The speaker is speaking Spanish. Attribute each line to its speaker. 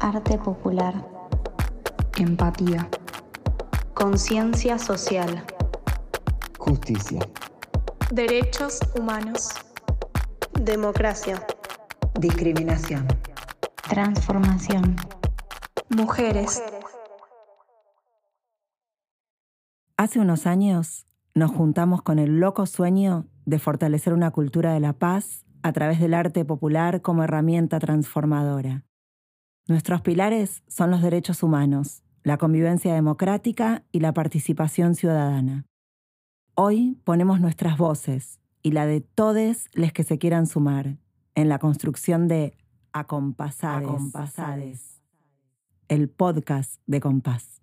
Speaker 1: arte popular,
Speaker 2: empatía,
Speaker 1: conciencia social,
Speaker 3: justicia,
Speaker 4: derechos humanos,
Speaker 5: democracia,
Speaker 6: discriminación,
Speaker 1: transformación,
Speaker 4: mujeres.
Speaker 7: Hace unos años nos juntamos con el loco sueño de fortalecer una cultura de la paz a través del arte popular como herramienta transformadora. Nuestros pilares son los derechos humanos, la convivencia democrática y la participación ciudadana. Hoy ponemos nuestras voces y la de todos los que se quieran sumar en la construcción de Acompasades, Acompasades el podcast de Compás.